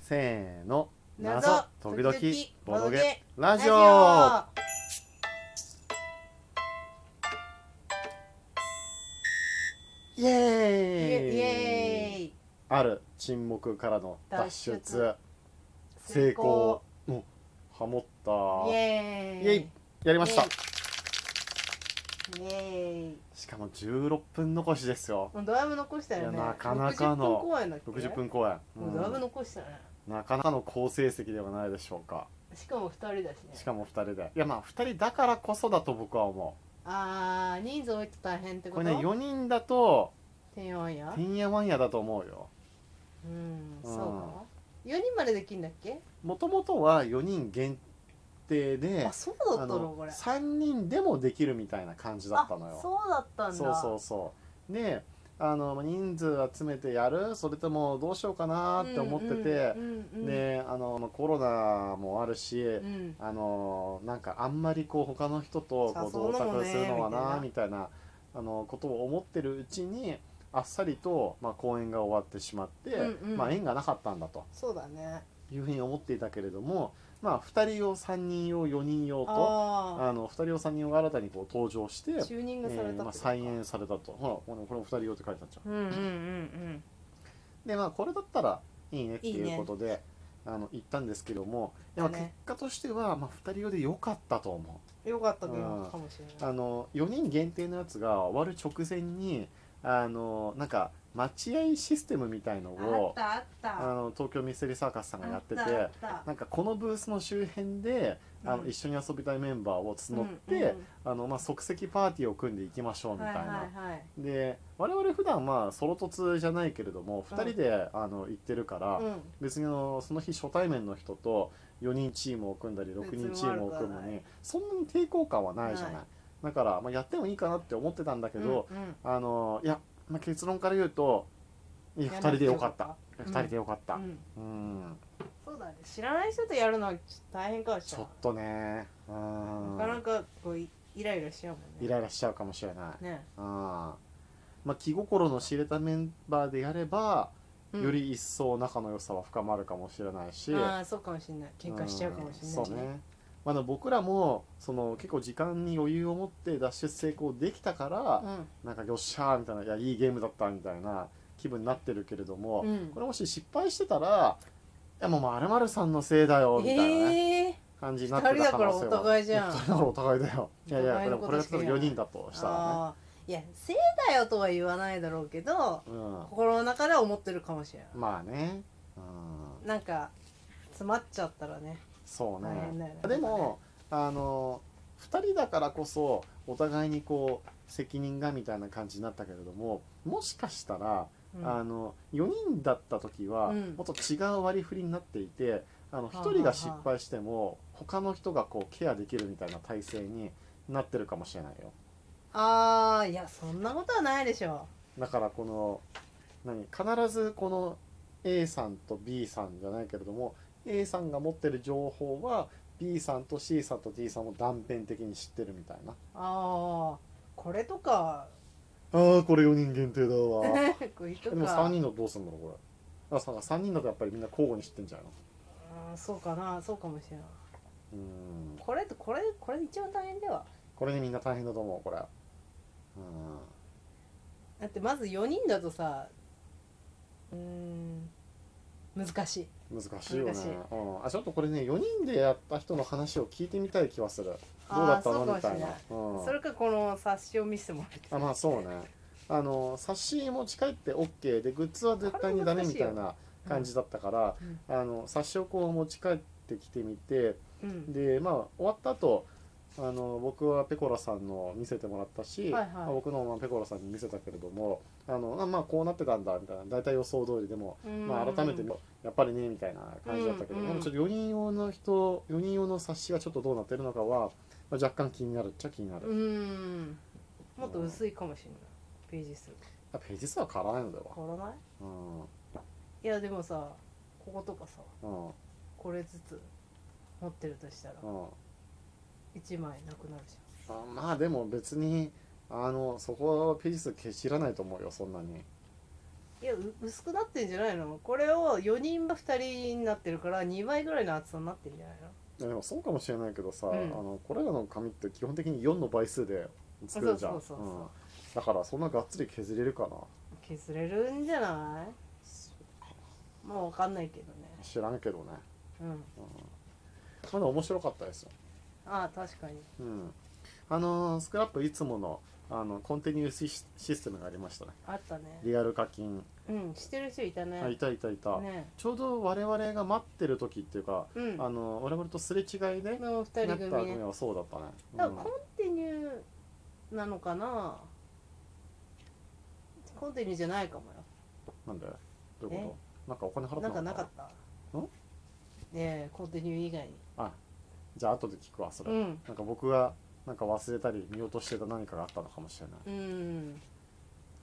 せーの謎時々時々ボドボドゲゲラジオイエーイイエーイある沈黙からの脱出脱出成功もうハモイっエーイイエーイたやりましたイエーイしかも16分残しですよもうだいぶ残したよねいやなかなかの60分公演だっけ60分公演、うもんうだいぶ残したねなかなかの好成績ではないでしょうかしかも二人だしねしかも2人でいやまあ2人だからこそだと僕は思あー人数多いと大変ってうこことれね4人だとてんやわんやてんやわんやだと思うようんうそんうかな4人までできんだっけもともとは4人限定であそうだったあののこれ3人でもできるみたいな感じだったのよあそうだったんだそうそうそうであのまあ人数集めてやるそれともどうしようかなって思ってて、うんうんうんうんであのまあコロナもあるし、うんあのなんかあんまりこう他の人とこう誘う同のも卓ねするのはなみみたいなあのことを思ってるうちにあっさりと、まあ、公演が終わってしまって、うんうんまあ、縁がなかったんだとそうだねいうふうに思っていたけれども、まあ、2人用3人用4人用とああの2人用3人用が新たにこう登場してあ、チューニングされたってえーまあ、ことか再演されたとほらこのこれも2人用って書いてあったじゃんうんうんうんでまあこれだったらいいねっていいいねうことであの言ったんですけどもでもだ結ね果としては、まあ、2人用で良かったと思うんよかったけどうんかもしれうないあの4人限定のやつが終わる直前にあのなんか待合システムみたいのをたあったあの東京ミステリーサーカスさんがやっててたなんかこのブースの周辺であの、うん一緒に遊びたいメンバーを募って、うんうんあのまあ、即席パーティーを組んでいきましょうみたいな、はいはいはいで我々普段まあソロ凸じゃないけれどもうん2人であの行ってるから、うん別にあのその日初対面の人と4人チームを組んだり6人チームを組むの別に悪くはなにいそんなに抵抗感はないじゃない、ないだから、まあ、やってもいいかなって思ってたんだけど、うんうんあのいや、まあ、結論から言うといや2人でよかったや2んなくてよかった人でよかったう、んうんそうだね知らない人とやるのはちょっと大変かもしちれょっなとねうんいなかなかこういイライラしちゃうもんねイライラしちゃうかもしれない、ねうんまあ、気心の知れたメンバーでやればうんより一層仲の良さは深まるかもしれないし、ああそうかもしれない喧嘩しちゃうかもしれないんそうね、まあ、でも僕らもその結構時間に余裕を持って脱出成功できたから、なんかよっしゃーみたいないやいいゲームだったみたいな気分になってるけれども、うんこれもし失敗してたらいやもうまるさんのせいだようんみたいな、ねへえ感じになってた可能性は二人だからお互いじゃん二人だからお互いだよいやいおや互いでのもこことれしがか言えない4人だとしたらあーいや「せいだよ」とは言わないだろうけどねうん心の中では思ってるかもしれないまあね、うん、なんか詰まっちゃったらねそう大変ねだよねでもあの2人だからこそお互いにこう責任がみたいな感じになったけれどももしかしたら、うんあの4人だった時は、うんもっと違う割り振りになっていてあのはあ1人が失敗しても他の人がこうケアできるみたいな体制になってるかもしれないよああいやそんなことはないでしょだからこの何必ずこの A さんと B さんじゃないけれども A さんが持ってる情報は B さんと C さんと D さんも断片的に知ってるみたいなああこれとかああこれ4人限定だわ でこれともか3人のどうすんだろうこれあさ3人だとやっぱりみんな交互に知ってんじゃないのうんそうかなそうかもしれないうーんこれとこれこれ一番大変ではこれでみんな大変だと思うこれうだってまず4人だとさうーん難しいーん難しいよね難しいうん、あちょっとこれね4人でやった人の話を聞いてみたい気はするどうだったのあーそうかもみたいしれなない、うん、それかこの冊子を見せてもらってあまあそうねあの冊子持ち帰って OK でグッズは絶対にダメみたいな感じだったから、うんあの冊子をこう持ち帰ってきてみてうんでまあ終わった後あの僕はペコラさんの見せてもらったし、はいはいまあ僕のもペコラさんに見せたけれどもあのあまあこうなってたんだみたいな大体予想通りでも、うんまあ、改めてやっぱりねみたいな感じだったけど、うんうんでもちょっと4人用の人4人用の冊子がちょっとどうなってるのかは、まあ、若干気になるっちゃ気になる、うーんもっと薄いかもしれないページ数あページ数は変わらないのでは、変わらないうんいやでもさこことかさうんこれずつ持ってるとしたらうん1枚なくなるじゃあまあでも別にあのそこはページ数消しらないと思うよそんなにいやう薄くなってんじゃないのこれを4人ば2人になってるから2倍ぐらいの厚さになってんじゃないのいやでもそうかもしれないけどさ、うんあのこれらの紙って基本的に4の倍数で作るじゃんそうそうそうそううんだからそんながっつり削れるかな削れるんじゃないまあわかんないけどね知らんけどね、うんうん、まだ面白かったですよ、ああ確かにうん、あのースクラップいつものあのコンティニューシスシステムがありましたねあったねリアル課金、うんしてる人いたねあいたいたいた、ねちょうど我々が待ってる時っていうか、うんあの我々とすれ違いで、の2な人った組ね組はそうだったね、だうからんコンティニューなのかなコンティニューじゃないかもよなんでどういうことなんかお金払ってななんかかったなかったんねえコンティニュー以外にあじゃあ後で聞くわそれ、うんなんか僕がなんか忘れたり見落としてた何かがあったのかもしれないうん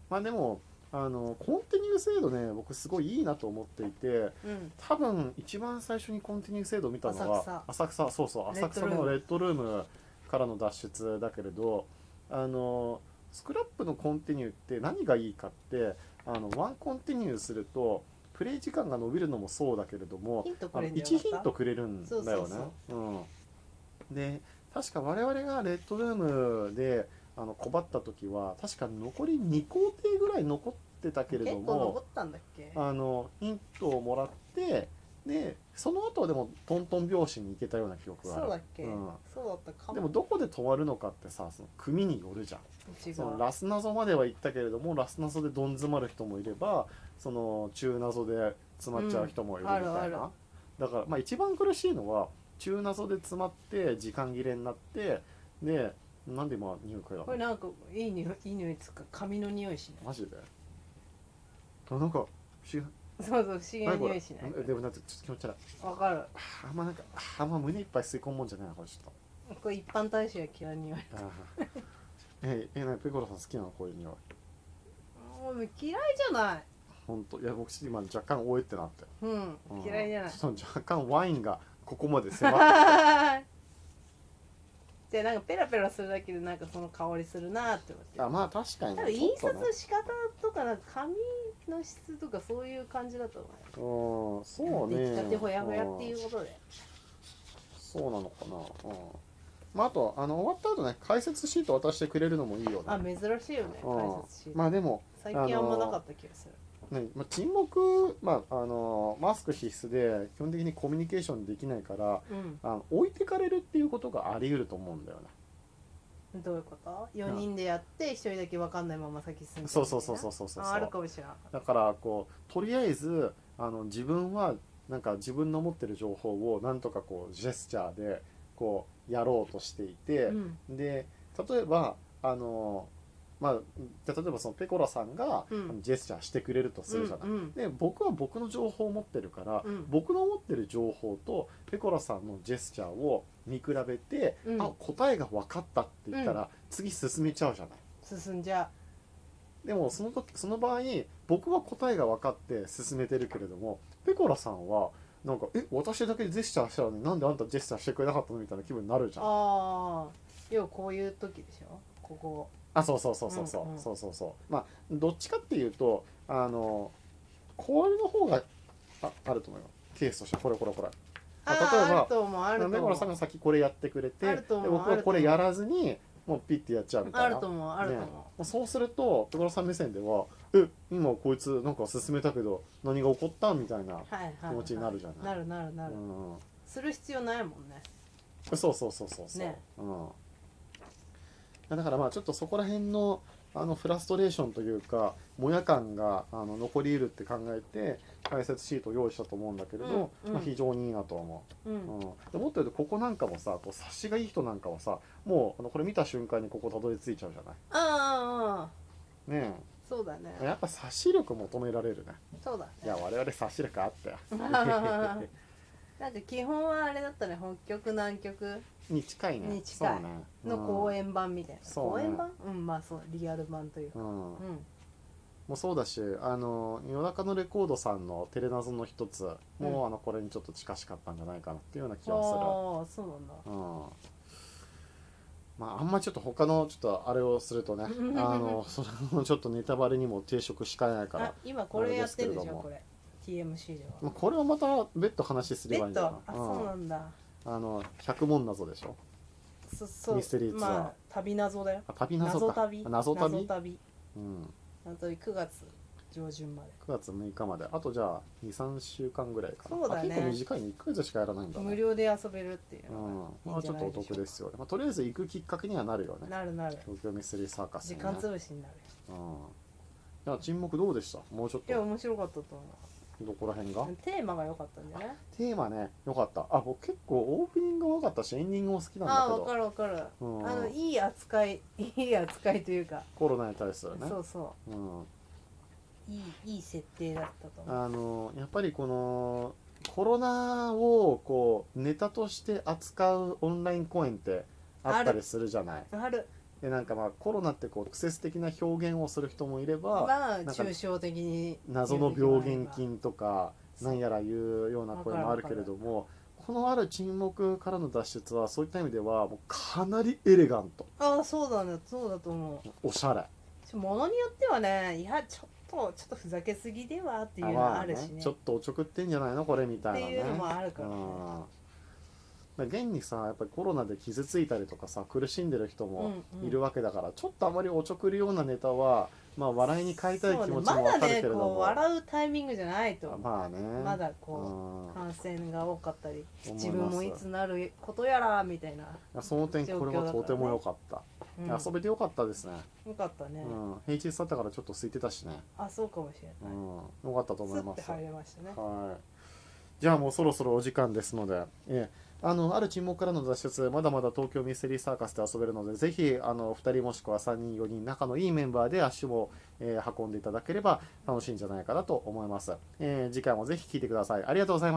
まあでもあのコンティニュー制度ね僕すごいいいなと思っていてうん多分一番最初にコンティニュー制度を見たのは浅草そうそうレッドルーム浅草のレッドルームからの脱出だけれどあのスクラップのコンティニューって何がいいかってあのワンコンティニューするとプレイ時間が伸びるのもそうだけれどもヒントくあのれんじゃ1なヒかンっトたくれるんだよね。そうそううん、で確か我々がレッドルームであの困った時は確か残り2工程ぐらい残ってたけれ結ど構も登ったんだっけあのヒントをもらってでその後でもトントン拍子に行けたような記憶があるそうだっけ、うんそうだったかもでもどこで止まるのかってさその組によるじゃん。違うそのラス謎までは行ったけれどもラス謎でどん詰まる人もいればその中謎で詰まっちゃう人もいるみたいな、うんあるあるだから、まあ、一番苦しいのは中謎で詰まって時間切れになってでなんで今匂い嗅いだこれのなんかいい匂いいい匂いつく髪の匂いしなマジであなんか不思いそうそう不思議議な何こ匂れいしないえでもなんてちょっと気持ち悪いわかるあんまなんかあんま胸いっぱい吸い込むもんじゃないなこれちょっこれ一般大使が嫌いな匂い とあーええなんかペコロさん好きなのこういう匂いもう嫌いじゃない本当いや僕今若干おえってなってうんうん嫌いじゃないちょっと若干ワインがここまで迫ってでなんかペラペラするだけでなんかその香りするなって思 ってあまあ確かに多ね分印ちょっ刷とねの仕方とかなんか紙の質とかそういう感じだと思うんそううよね出来たてほやほやっていうことでうんそうなのかなうんまああとあの終わった後ね解説シート渡してくれるのもいいよあね珍しいよねうん解説シートまあでも最近あんまなかった気がする何まあ沈黙まああのマスク必須で基本的にコミュニケーションできないからうんあの置いてかれるっていうことがあり得ると思うんだよねどういうこと4人でやって1人だけ分かんないまま先進んでるみたいなそうそうそうそうそうそうああるかもしれんだからこうとりあえずあの自分はなんか自分の持ってる情報をなんとかこうジェスチャーでこうやろうとしていて、うんで例えばあのまあじゃあ例えばそのペコラさんがうんジェスチャーしてくれるとするじゃない。うんうんで僕は僕の情報を持ってるから、うん僕の持ってる情報とペコラさんのジェスチャーを見比べて、うんあ答えが分かったって言ったら、次進めちゃうじゃない。進んじゃでもその時その場合僕は答えが分かって進めてるけれどもペコラさんはなんか「え私だけジェスチャーしたのになんであんたジェスチャーしてくれなかったの?」みたいな気分になるじうゃん。ああ要はこういう時でしょここあそうそうそうそうそう,、うんうんそうそうそうまあどっちかっていうとあの氷の方がああると思いますケースとしてこれこれこれ。ああー例えばあると思うあるとペ思コラさんうが先これやってくれあてるでと思う僕あはるとこ思うれやらずにもうピッてやっちゃうみたあいるなと。思うあると思ねそうするとペコラさん目線では「え今こいつなんか進めたけど何が起こった?」みたいなうはいはいはい気持ちになるじゃないなるなるなるうする必要ないもんねん、そうそうそうそうそう、ねうん、だからまあちょっとそこら辺のあのフラストレーションというかもや感があの残りいるって考えて解説シートを用意したと思うんだけれど、うんうんまあ、非常にいいなとは思うう、うんん、でもっと言うとここなんかもさこう察しがいい人なんかはさもうあのこれ見た瞬間にここたどり着いちゃうじゃないああああねそうだねえやっぱ察し力求められるねそうだねいや我々察し力あったよ なんか基本はあれだったね北極南極に近いねに近いそうねの公演版みたいな、そうね公演版うんまあそうリアル版というかうん、うんうんもそうだしあの夜中のレコードさんのテレナゾの一つも、ううんあのこれにちょっと近しかったんじゃないかなっていうような気ああがそうなんだする、うん、まあ、あんまちょっと他のちょっとあれをするとねあのそのちょっとネタバレにも抵触しかねないからあ今これやってるであれですけれしょどもこれ TMC でまあはこれをまた別途話すれベばいいんッだドよあそうなんだな、うん、あの100問謎でしょそそうミステリーツアーまあ旅謎だよあ旅謎謎か旅あ謎旅謎旅うん、謎旅9月上旬まで9月6日まであとじゃあ23週間ぐらいかなそうだねあ結構短いね1ヶ月しかやらないんだ無ね料で遊べるっていううのがんいまいんあじちゃょっなといお得でしょうかですよね、まあ、とりあえず行くきっかけにはなるよねなるなる東京ミステリーサーカス時にね間潰しになるうんいや沈黙どうでしたもうちょっいやと面白かったと思どこら辺がうテーマが良かったんじゃないテーマねよかったあ僕結構オープニングが良かったしエンディングも好きなんだあけあ分かどる分かるうんあのいい扱い いい扱いというかコロナに対するねそうそうん、ういいいい設定だったと思うあのやっぱりこのコロナをこうネタとして扱うオンライン公演ってあったりするじゃないあるでなんかまあコロナってこう癖的な表現をする人もいればまなあんか抽象的に謎の病原菌とかなんやらいうような声もあるけれどもこのある沈黙からの脱出はそういった意味ではもうかなりエレガントああそうだねそうだと思おしゃれうちょものによってはねいやちょっとちょっとふざけすぎではっていうのまもあるしねねちょっとおちょくってんじゃないのこれみたいなっねていうのもあるからねうん現にさやっぱりコロナで傷ついたりとかさ苦しんでる人もうんうんいるわけだから、ちょっとあまりおちょくるようなネタはまあ笑いに変えたい気持ちもわそうねまかるだけれねどこうも、笑うタイミングじゃないとまあねまだうこうん感染が多かったり思います自分もいつなることやらみたいな、その点これはとても良かった、うん、遊べて良かったですね、よかったね、うん、平日だったからちょっと空いてたしね、あそうかもしれうない、ん、良かったと思スいッまてす入れましたねはい。じゃあもうそろそろお時間ですので、ええあのある沈黙からの脱出、まだまだ東京ミステリーサーカスで遊べるので、ぜひあの2人もしくは3人、4人、仲のいいメンバーで足を、えー運んでいただければ楽しいんじゃないかなと思います。えー次回もぜひ聞いてください。ありがとうございました。